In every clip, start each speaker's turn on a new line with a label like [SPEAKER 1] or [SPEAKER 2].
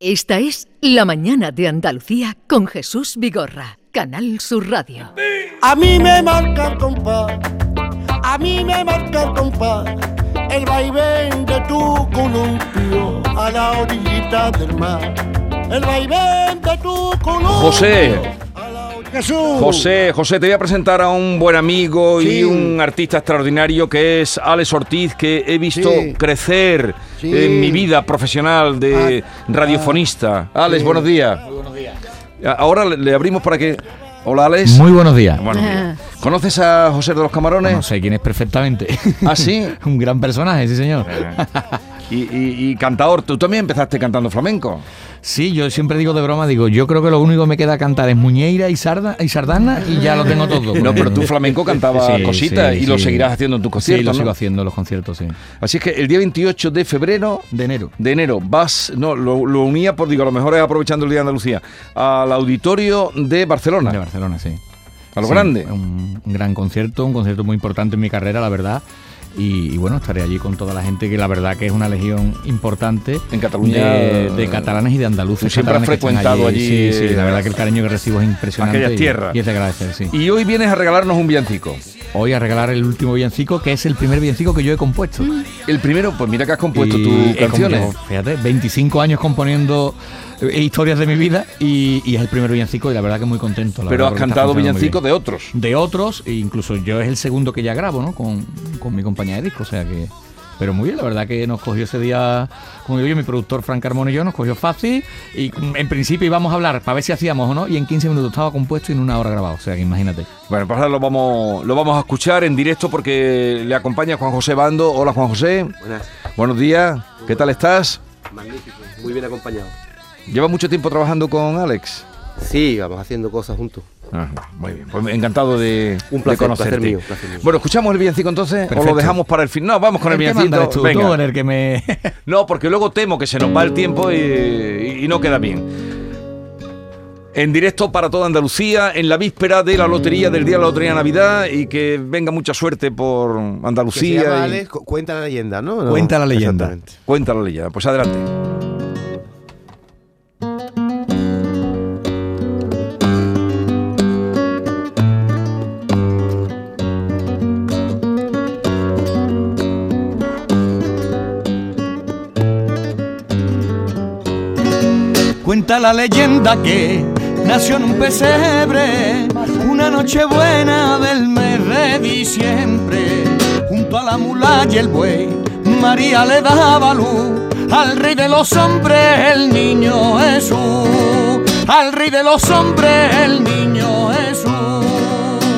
[SPEAKER 1] Esta es La Mañana de Andalucía con Jesús Vigorra, Canal Sur Radio.
[SPEAKER 2] A mí me marca el compás, a mí me marca el compás, el vaivén de tu columpio a la orillita del mar. El vaivén de tu columpio.
[SPEAKER 3] José.
[SPEAKER 2] a la orilla- Jesús.
[SPEAKER 3] José, José, te voy a presentar a un buen amigo
[SPEAKER 2] Sí.
[SPEAKER 3] y un artista extraordinario que es Alex Ortiz, que he visto
[SPEAKER 2] Sí.
[SPEAKER 3] crecer
[SPEAKER 2] Sí.
[SPEAKER 3] en mi vida profesional de radiofonista. Alex, buenos días. Muy buenos días. Ahora le le abrimos para que... Hola, Alex.
[SPEAKER 4] Muy buenos días.
[SPEAKER 3] Buenos días.
[SPEAKER 1] Ah.
[SPEAKER 3] ¿Conoces a José de los Camarones?
[SPEAKER 4] No sé quién es perfectamente.
[SPEAKER 3] ¿Ah, sí?
[SPEAKER 4] Un gran personaje, sí, señor.
[SPEAKER 3] eh. Y, y- y cantador, tú también empezaste cantando flamenco.
[SPEAKER 4] Sí, yo siempre digo de broma, digo, yo creo que lo único que me queda cantar es Muñeira y, Sarda, y Sardana y ya lo tengo todo.
[SPEAKER 3] No, pero tú flamenco cantabas
[SPEAKER 4] Sí,
[SPEAKER 3] cositas
[SPEAKER 4] sí,
[SPEAKER 3] y lo
[SPEAKER 4] sí.
[SPEAKER 3] seguirás haciendo en tus
[SPEAKER 4] Sí,
[SPEAKER 3] conciertos.
[SPEAKER 4] lo sigo
[SPEAKER 3] ¿no?
[SPEAKER 4] haciendo en los conciertos, sí.
[SPEAKER 3] Así es que el día 28 de febrero
[SPEAKER 4] De enero.
[SPEAKER 3] de enero vas, no, lo, lo unía por, digo, a lo mejor es aprovechando el Día de Andalucía, al auditorio de Barcelona.
[SPEAKER 4] De Barcelona, sí.
[SPEAKER 3] A lo
[SPEAKER 4] Sí,
[SPEAKER 3] grande.
[SPEAKER 4] Un, un gran concierto, un concierto muy importante en mi carrera, la verdad. Y, y bueno, estaré allí con toda la gente que la verdad que es una legión importante
[SPEAKER 3] En Cataluña,
[SPEAKER 4] de, de catalanes y de andaluces.
[SPEAKER 3] tú siempre has
[SPEAKER 4] catalanes que están
[SPEAKER 3] frecuentado allí, eh,
[SPEAKER 4] Sí, sí, la verdad que el cariño que recibo es impresionante.
[SPEAKER 3] aquellas
[SPEAKER 4] y-
[SPEAKER 3] tierras.
[SPEAKER 4] Y es de agradecer, sí.
[SPEAKER 3] Y hoy vienes a regalarnos un villancico.
[SPEAKER 4] Hoy a regalar el último villancico, que es el primer villancico que yo he compuesto.
[SPEAKER 3] El primero, pues mira que has compuesto
[SPEAKER 4] Y
[SPEAKER 3] tus
[SPEAKER 4] he
[SPEAKER 3] canciones.
[SPEAKER 4] compuesto, fíjate, 25 años componiendo eh, historias de mi vida y, y es el primer villancico y la verdad que muy contento. la
[SPEAKER 3] Pero
[SPEAKER 4] verdad,
[SPEAKER 3] has
[SPEAKER 4] porque está
[SPEAKER 3] cantado
[SPEAKER 4] funcionando muy
[SPEAKER 3] villancicos
[SPEAKER 4] bien.
[SPEAKER 3] de otros.
[SPEAKER 4] de otros, e incluso yo es el segundo que ya grabo, ¿no? Con, con mi compañía de disco, o sea que... Pero muy bien, la verdad que nos cogió ese día, como digo yo, mi productor Frank Carmona y yo, nos cogió fácil y mm, en principio íbamos a hablar para ver si hacíamos o no y en 15 minutos estaba compuesto y en una hora grabado, o sea que imagínate.
[SPEAKER 3] Bueno, pues ahora lo vamos, lo vamos a escuchar en directo porque le acompaña Juan José Bando. Hola Juan José.
[SPEAKER 5] Buenas,
[SPEAKER 3] Buenos días. ¿Qué tal estás?
[SPEAKER 5] magnífico, muy bien acompañado.
[SPEAKER 3] ¿Llevas mucho tiempo trabajando con Alex?
[SPEAKER 5] Sí, vamos haciendo cosas juntos.
[SPEAKER 3] Ajá, muy bien, pues encantado de,
[SPEAKER 5] Un
[SPEAKER 3] de
[SPEAKER 5] placer,
[SPEAKER 3] conocerte.
[SPEAKER 5] placer mío, placer mío.
[SPEAKER 3] Bueno, escuchamos el villancico entonces o lo
[SPEAKER 4] Perfecto.
[SPEAKER 3] dejamos para el final. No, vamos con el,
[SPEAKER 4] ¿En qué
[SPEAKER 3] villancico.
[SPEAKER 4] mandarás tú?
[SPEAKER 3] Venga.
[SPEAKER 4] Tú en el que me...
[SPEAKER 3] No, porque luego temo que se nos va el tiempo y, y no queda bien. En directo para toda Andalucía, en la víspera de la lotería, del día de la lotería de Navidad y que venga mucha suerte por
[SPEAKER 6] Que se
[SPEAKER 3] Andalucía.
[SPEAKER 6] llama
[SPEAKER 3] y-
[SPEAKER 6] Alex, cu- cuenta la leyenda, ¿no? ¿No?
[SPEAKER 4] Cuenta la leyenda.
[SPEAKER 6] Exactamente.
[SPEAKER 3] Cuéntalo, Leia. Pues adelante.
[SPEAKER 4] Cuenta la leyenda que nació en un pesebre una noche buena del mes de diciembre. Junto a la mula y el buey, María le daba luz al rey de los hombres, el niño Jesús. Al rey de los hombres, el niño Jesús.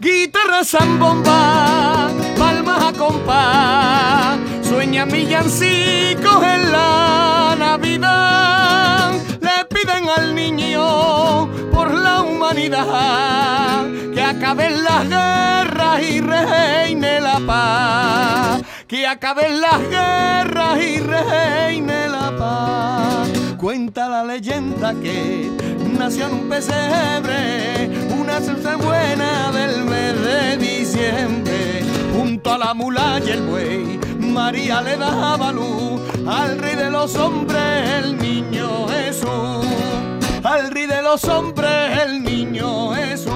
[SPEAKER 4] Guitarra zambomba, palmas a compás, sueña mi villancicos en la Navidad. Le piden al niño por la humanidad que acaben las guerras y reine la paz. Que acaben las guerras y reine la paz. Cuenta la leyenda que nació en un pesebre, una salsa buena del mes de diciembre. Junto a la mula y el buey, María le daba luz al rey de los hombres, el niño Jesús. Al rey de los hombres, el niño Jesús.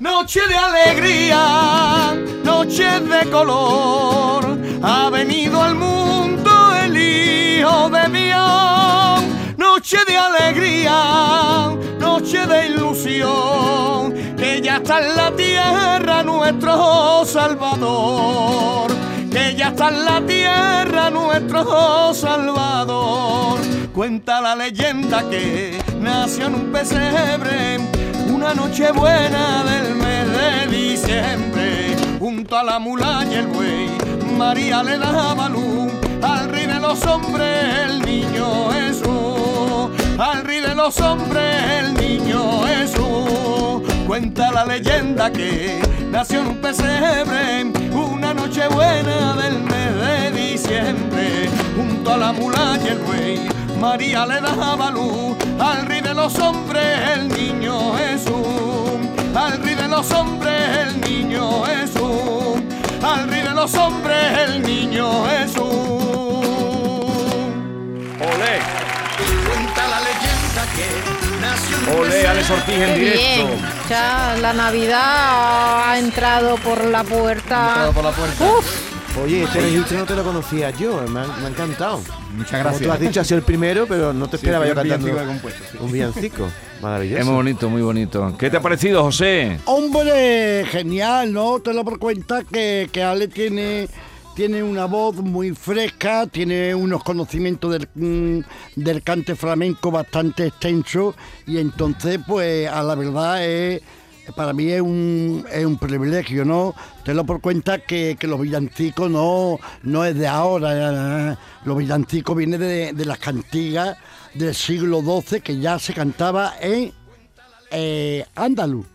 [SPEAKER 4] Noche de alegría, noche de color, ha venido al mundo el Hijo de Dios. Noche de alegría, noche de ilusión, que ya está en la tierra nuestro Salvador. Que ya está en la tierra nuestro Salvador. Cuenta la leyenda que nació en un pesebre una noche buena del mes de diciembre, junto a la mula y el buey, María le daba luz al rey de los hombres, el niño Jesús. Al rey de los hombres, el niño Jesús. Cuenta la leyenda que nació en un pesebre, una noche buena del mes de diciembre, junto a la mula y el buey. María le daba luz al rey de los hombres, el niño Jesús. Al rey de los hombres, el niño
[SPEAKER 7] los hombres el niño Jesús.
[SPEAKER 3] Olé,
[SPEAKER 8] Cuenta la leyenda que nació un
[SPEAKER 3] olé, Alex Ortiz en
[SPEAKER 9] Qué
[SPEAKER 3] directo.
[SPEAKER 9] bien. Ya la Navidad ha entrado por la puerta.
[SPEAKER 10] Entrado por la puerta.
[SPEAKER 9] Uf,
[SPEAKER 10] Oye, este registro no te lo conocía yo, eh, me ha, me ha encantado.
[SPEAKER 4] Muchas
[SPEAKER 10] Como tú has
[SPEAKER 4] gracias.
[SPEAKER 10] dicho, ha sido el primero, pero no te
[SPEAKER 4] Sí, el
[SPEAKER 10] esperaba yo
[SPEAKER 4] primer
[SPEAKER 10] cantando
[SPEAKER 4] villancico que he compuesto, sí.
[SPEAKER 10] un villancico. Maravilloso.
[SPEAKER 3] Es muy bonito, muy bonito. ¿Qué te ha parecido, José?
[SPEAKER 2] Hombre, genial, ¿no? Te lo por cuenta que, que Ale tiene, tiene una voz muy fresca, tiene unos conocimientos del, mm, del cante flamenco bastante extenso y entonces, pues, a la verdad es... Para mí es un, es un privilegio, ¿no? Te lo por cuenta que, que los villancicos no, no es de ahora. eh, Los villancicos vienen de, de las cantigas del siglo XII que ya se cantaba en eh, Andaluz.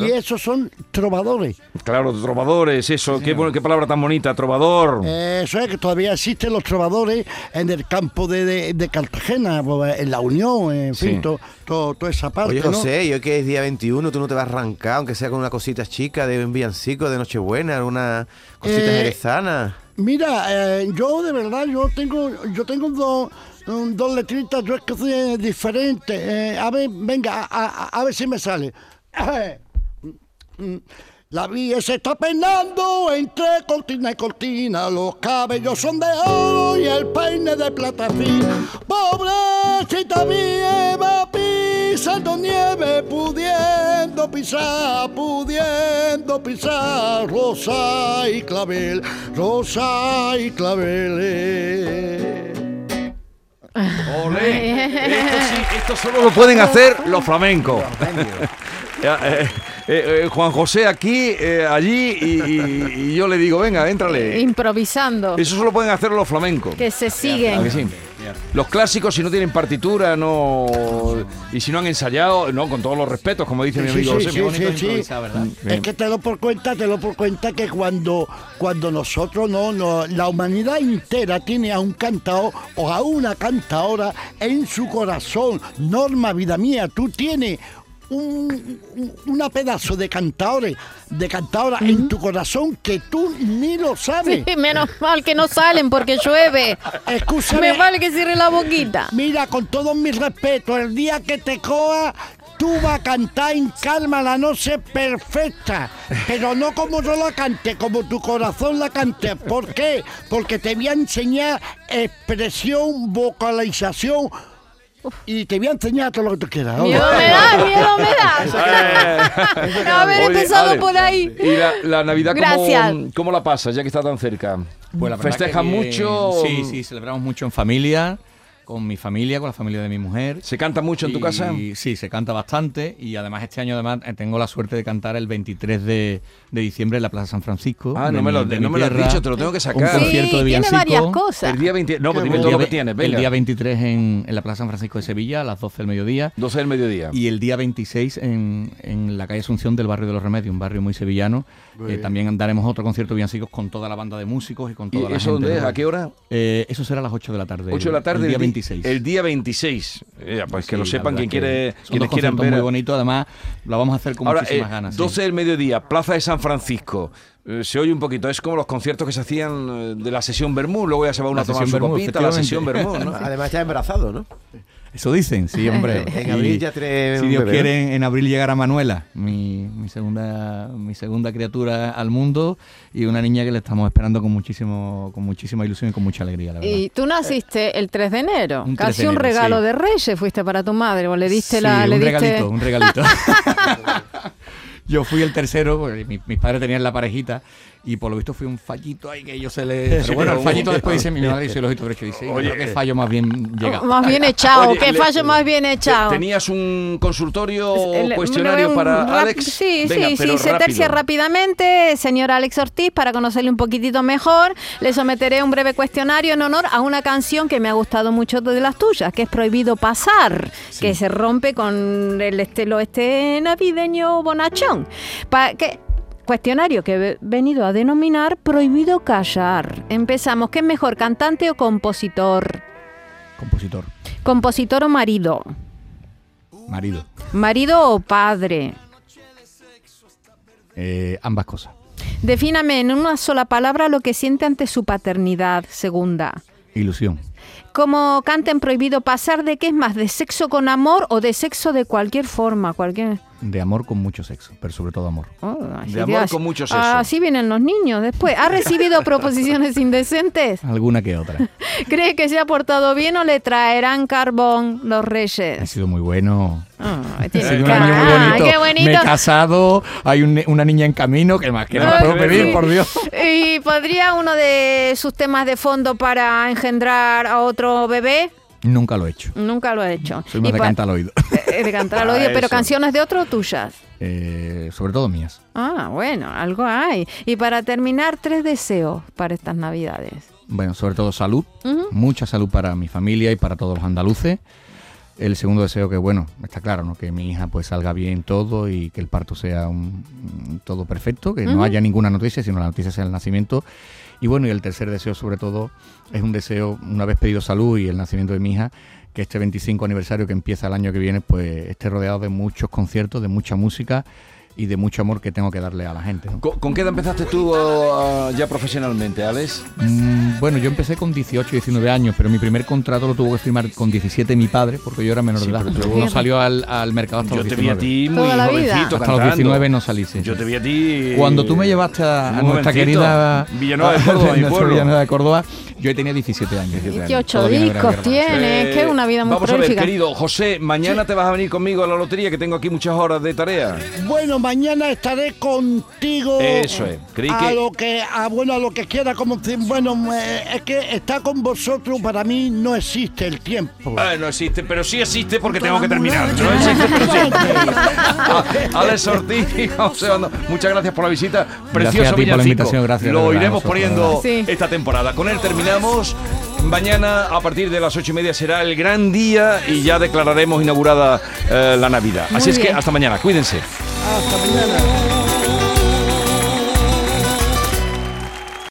[SPEAKER 2] Y esos son trovadores.
[SPEAKER 10] Mm.
[SPEAKER 3] Claro, trovadores, eso. Qué, bueno, qué palabra tan bonita, trovador.
[SPEAKER 2] Eso es Eh, que todavía existen los trovadores en el campo de, de- de Cartagena, pues, en la Unión, en
[SPEAKER 3] Sí.
[SPEAKER 2] fin, to- to- toda esa parte.
[SPEAKER 10] Oye,
[SPEAKER 2] ¿no?
[SPEAKER 10] José, yo que es día 21, tú no te vas a arrancar, aunque sea con una cosita chica de un villancico de Nochebuena, alguna cosita
[SPEAKER 2] Eh,
[SPEAKER 10] jerezana.
[SPEAKER 2] Mira, eh, yo de verdad, yo tengo, yo tengo dos, um, dos letritas, yo es que soy eh, diferente. Eh, a ver, venga, a, a- a- a ver si me sale. Mm, La vía se está peinando entre cortina y cortina, los cabellos son de oro y el peine de plata fina. Pobrecita mía va pisando nieve, pudiendo pisar, pudiendo pisar, rosa y clavel, rosa y clavel. eh.
[SPEAKER 3] Olé. Esto, sí, esto solo lo pueden hacer los flamencos. Ya, eh, eh, eh, Juan José aquí, eh, allí, y, y- y yo le digo, venga, éntrale.
[SPEAKER 9] improvisando.
[SPEAKER 3] Eso solo pueden hacer los flamencos.
[SPEAKER 9] Que se
[SPEAKER 3] ¿A que
[SPEAKER 9] siguen.
[SPEAKER 3] sí? Los clásicos, si no tienen partitura, no y si no han ensayado, no, con todos los respetos, como dice mi
[SPEAKER 2] Sí, sí,
[SPEAKER 3] amigo José.
[SPEAKER 2] sí,
[SPEAKER 3] mi-
[SPEAKER 2] sí, sí.
[SPEAKER 4] improvisar, ¿verdad?
[SPEAKER 3] Bien.
[SPEAKER 2] Es que te lo por cuenta, te lo por cuenta que cuando, cuando nosotros no, no, la humanidad entera tiene a un cantador o a una cantadora en su corazón. Norma, vida mía, tú tienes un, un- una pedazo de cantadores, de cantadora en tu corazón que tú ni lo sabes.
[SPEAKER 9] Sí, menos mal que no salen porque llueve.
[SPEAKER 2] Escúchame.
[SPEAKER 9] Me vale que cierre la boquita.
[SPEAKER 2] Mira, con todo mi respeto, el día que te coja, tú vas a cantar en calma la noche perfecta. Pero no como yo la cante, como tu corazón la cante. ¿Por qué? Porque te voy a enseñar expresión, vocalización y te voy a enseñar todo lo que tú quieras.
[SPEAKER 9] Miedo me da, miedo me da.
[SPEAKER 3] Eh,
[SPEAKER 9] Haber
[SPEAKER 3] oye,
[SPEAKER 9] empezado
[SPEAKER 3] Ale,
[SPEAKER 9] por ahí.
[SPEAKER 3] ¿Y la, la Navidad
[SPEAKER 9] Gracias.
[SPEAKER 3] ¿cómo, cómo la pasas, ya que está tan cerca?
[SPEAKER 4] Pues la verdad
[SPEAKER 3] ¿Festejas
[SPEAKER 4] que bien.
[SPEAKER 3] mucho?
[SPEAKER 4] Sí, sí, celebramos mucho en familia, con mi familia, con la familia de mi mujer.
[SPEAKER 3] ¿Se canta mucho en tu
[SPEAKER 4] Y-
[SPEAKER 3] casa?
[SPEAKER 4] Sí, se canta bastante y además este año además eh, tengo la suerte de cantar el 23 de, de diciembre en la Plaza San Francisco.
[SPEAKER 3] Ah,
[SPEAKER 4] de
[SPEAKER 3] no me
[SPEAKER 4] mi-
[SPEAKER 3] lo,
[SPEAKER 4] de
[SPEAKER 3] no
[SPEAKER 4] mi
[SPEAKER 3] me lo has
[SPEAKER 4] tierra.
[SPEAKER 3] dicho, te lo tengo que sacar.
[SPEAKER 4] concierto de
[SPEAKER 9] Sí, tiene
[SPEAKER 4] villancico.
[SPEAKER 9] varias cosas.
[SPEAKER 3] El día 20. No, pues dime
[SPEAKER 4] El
[SPEAKER 3] todo lo
[SPEAKER 4] día
[SPEAKER 3] que tienes,
[SPEAKER 4] ve-
[SPEAKER 3] venga.
[SPEAKER 4] El día 23 en, en la Plaza San Francisco de Sevilla, a las 12 del mediodía.
[SPEAKER 3] 12 del mediodía.
[SPEAKER 4] Y el día 26 en, en la calle Asunción del barrio de los Remedios, un barrio muy sevillano. Eh, también daremos otro concierto de villancicos con toda la banda de músicos y con
[SPEAKER 3] ¿Y
[SPEAKER 4] toda la
[SPEAKER 3] eso
[SPEAKER 4] gente.
[SPEAKER 3] dónde
[SPEAKER 4] del
[SPEAKER 3] es? ¿A
[SPEAKER 4] barrio.
[SPEAKER 3] qué hora?
[SPEAKER 4] Eh, eso será a las 8 de la tarde.
[SPEAKER 3] 8 de la tarde.
[SPEAKER 4] El día
[SPEAKER 3] di-
[SPEAKER 4] 26.
[SPEAKER 3] El día 26. Eh, pues que
[SPEAKER 4] Sí,
[SPEAKER 3] lo
[SPEAKER 4] la
[SPEAKER 3] sepan
[SPEAKER 4] verdad
[SPEAKER 3] quien
[SPEAKER 4] que
[SPEAKER 3] quiere,
[SPEAKER 4] son
[SPEAKER 3] quienes
[SPEAKER 4] dos
[SPEAKER 3] quieran
[SPEAKER 4] conciertos
[SPEAKER 3] ver.
[SPEAKER 4] Muy bonito, además lo vamos a hacer con
[SPEAKER 3] Ahora,
[SPEAKER 4] muchísimas
[SPEAKER 3] eh,
[SPEAKER 4] ganas. sí.
[SPEAKER 3] 12 del mediodía, Plaza de San Francisco. Eh, se oye un poquito, es como los conciertos que se hacían eh, de la sesión Bermú. Luego ya se va uno
[SPEAKER 4] La
[SPEAKER 3] a tomar
[SPEAKER 4] sesión
[SPEAKER 3] su
[SPEAKER 4] Bermú,
[SPEAKER 3] copita, la sesión
[SPEAKER 4] efectivamente.
[SPEAKER 3] Bermú. ¿no?
[SPEAKER 10] Además, está embarazado, ¿no?
[SPEAKER 4] Eso dicen, sí, hombre.
[SPEAKER 10] En
[SPEAKER 4] Y
[SPEAKER 10] abril ya tres-
[SPEAKER 4] Si
[SPEAKER 10] un
[SPEAKER 4] Dios
[SPEAKER 10] bebé, ¿no?
[SPEAKER 4] quiere, en abril llegará Manuela, mi, mi segunda mi segunda criatura al mundo y una niña que le estamos esperando con muchísimo con muchísima ilusión y con mucha alegría, la verdad.
[SPEAKER 9] Y tú naciste el 3 de enero,
[SPEAKER 4] Un 3 de
[SPEAKER 9] casi un
[SPEAKER 4] enero,
[SPEAKER 9] regalo
[SPEAKER 4] sí.
[SPEAKER 9] de Reyes fuiste para tu madre, o le diste
[SPEAKER 4] Sí,
[SPEAKER 9] la...
[SPEAKER 4] un
[SPEAKER 9] le diste...
[SPEAKER 4] regalito, un regalito. Yo fui el tercero, porque mi- mis padres tenían la parejita, y por lo visto fui un fallito ahí que ellos se le. Pero bueno, el fallito después dice mi madre, y soy el ojito derecho. Dice, oye, qué fallo más bien llega.
[SPEAKER 9] Más bien echado,
[SPEAKER 3] Oye,
[SPEAKER 9] qué
[SPEAKER 3] le-
[SPEAKER 9] fallo más bien echado.
[SPEAKER 3] ¿Tenías un consultorio
[SPEAKER 9] El-
[SPEAKER 3] o
[SPEAKER 9] el-
[SPEAKER 3] cuestionario
[SPEAKER 9] un-
[SPEAKER 3] para
[SPEAKER 9] rap-
[SPEAKER 3] Alex?
[SPEAKER 9] Sí,
[SPEAKER 3] Venga,
[SPEAKER 9] sí,
[SPEAKER 3] pero
[SPEAKER 9] sí, se
[SPEAKER 3] rápido.
[SPEAKER 9] tercia rápidamente, señor Alex Ortiz, para conocerle un poquitito mejor, le someteré un breve cuestionario en honor a una canción que me ha gustado mucho de las tuyas, que es Prohibido Pasar, que se rompe con el estilo este navideño bonachón. Pa- que- Cuestionario que he venido a denominar Prohibido Callar. Empezamos, ¿qué es mejor, cantante o compositor?
[SPEAKER 4] Compositor,
[SPEAKER 9] Compositor o marido?
[SPEAKER 4] marido,
[SPEAKER 9] Marido o padre?
[SPEAKER 4] eh, ambas cosas.
[SPEAKER 9] Defíname en una sola palabra lo que siente ante su paternidad. Segunda.
[SPEAKER 4] Ilusión.
[SPEAKER 9] Como canten prohibido pasar de qué es más, de sexo con amor o de sexo de cualquier forma, cualquier.
[SPEAKER 4] De amor con mucho sexo, pero sobre todo amor.
[SPEAKER 9] Oh, así
[SPEAKER 3] De amor
[SPEAKER 9] así-
[SPEAKER 3] con mucho sexo.
[SPEAKER 9] Así vienen los niños después. ¿Ha recibido proposiciones indecentes?
[SPEAKER 4] Alguna que otra.
[SPEAKER 9] ¿Cree que se ha portado bien o le traerán carbón los
[SPEAKER 4] Ha
[SPEAKER 9] reyes?
[SPEAKER 4] sido muy bueno.
[SPEAKER 9] Ah,
[SPEAKER 4] Ha
[SPEAKER 9] tiene
[SPEAKER 4] sido un
[SPEAKER 9] cara.
[SPEAKER 4] año muy
[SPEAKER 9] Ah,
[SPEAKER 4] bonito.
[SPEAKER 9] qué bonito.
[SPEAKER 4] Me he casado, hay un ne- una niña en camino, que más que no
[SPEAKER 9] Ay,
[SPEAKER 4] puedo pedir,
[SPEAKER 9] sí.
[SPEAKER 4] por Dios.
[SPEAKER 9] ¿Y podría uno de sus temas de fondo para engendrar a otro bebé?
[SPEAKER 4] Nunca lo he hecho.
[SPEAKER 9] Nunca lo ha hecho.
[SPEAKER 4] Soy más
[SPEAKER 9] Y
[SPEAKER 4] de
[SPEAKER 9] pa-
[SPEAKER 4] cantar al oído.
[SPEAKER 9] Eh, de cantar al oído, pero canciones de otro o tuyas.
[SPEAKER 4] Eh, sobre todo mías.
[SPEAKER 9] Ah, bueno, algo hay. Y para terminar, tres deseos para estas navidades.
[SPEAKER 4] Bueno, sobre todo salud. Mucha salud para mi familia y para todos los andaluces. El segundo deseo que, bueno, está claro, ¿no? Que mi hija pues salga bien todo y que el parto sea un, un todo perfecto, que no haya ninguna noticia, sino la noticia sea el nacimiento. Y bueno, y el tercer deseo sobre todo es un deseo, una vez pedido salud y el nacimiento de mi hija, que este 25 aniversario que empieza el año que viene, pues esté rodeado de muchos conciertos, de mucha música y de mucho amor que tengo que darle a la gente. ¿no?
[SPEAKER 3] ¿Con, con qué edad empezaste tú ah, ya profesionalmente, Alex?
[SPEAKER 4] Mm, Bueno, yo empecé con 18, 19 años, pero mi primer contrato lo tuvo que firmar con 17 mi padre, porque yo era menor de edad. No salió al, al mercado hasta
[SPEAKER 3] Yo
[SPEAKER 4] los
[SPEAKER 3] te vi a
[SPEAKER 4] 19.
[SPEAKER 3] ti muy
[SPEAKER 9] Toda la vida.
[SPEAKER 3] jovencito
[SPEAKER 4] hasta los
[SPEAKER 3] cantando.
[SPEAKER 4] 19 no salí, sí.
[SPEAKER 3] Yo te vi a ti.
[SPEAKER 4] Cuando tú me llevaste a, a
[SPEAKER 3] muy
[SPEAKER 4] nuestra
[SPEAKER 3] jovencito.
[SPEAKER 4] querida
[SPEAKER 3] Villanueva de Córdoba, mi
[SPEAKER 4] nuestra
[SPEAKER 3] pueblo.
[SPEAKER 4] Villanueva de Córdoba, yo tenía 17 años.
[SPEAKER 9] 18
[SPEAKER 4] Todavía no era
[SPEAKER 9] discos
[SPEAKER 4] mi hermano.
[SPEAKER 9] tiene, eh, es que es una vida muy
[SPEAKER 3] Vamos a
[SPEAKER 9] prolífica.
[SPEAKER 3] ver, querido José, mañana te vas a venir conmigo a la lotería, que tengo aquí muchas horas de tarea.
[SPEAKER 2] Bueno, mañana estaré contigo.
[SPEAKER 3] Eso es. Creí
[SPEAKER 2] a
[SPEAKER 3] que-
[SPEAKER 2] lo que, a, bueno, a lo que quiera, como si- bueno, eh, es que está con vosotros, para mí no existe el tiempo.
[SPEAKER 3] Ah, no existe, pero sí existe porque tengo que terminar. No existe, pero sí. Ah, Alex Ortiz y José Bando, muchas gracias por la visita. Precioso
[SPEAKER 4] Gracias a ti por la
[SPEAKER 3] villancico.
[SPEAKER 4] invitación, gracias, de
[SPEAKER 3] Lo
[SPEAKER 4] verdad,
[SPEAKER 3] iremos
[SPEAKER 4] vosotros,
[SPEAKER 3] poniendo
[SPEAKER 9] de verdad. Sí.
[SPEAKER 3] esta temporada. Con él terminamos. Mañana a partir de las ocho y media será el gran día y ya declararemos inaugurada eh, la Navidad. Así es que
[SPEAKER 9] bien.
[SPEAKER 3] hasta mañana. Cuídense.
[SPEAKER 2] Hasta mañana.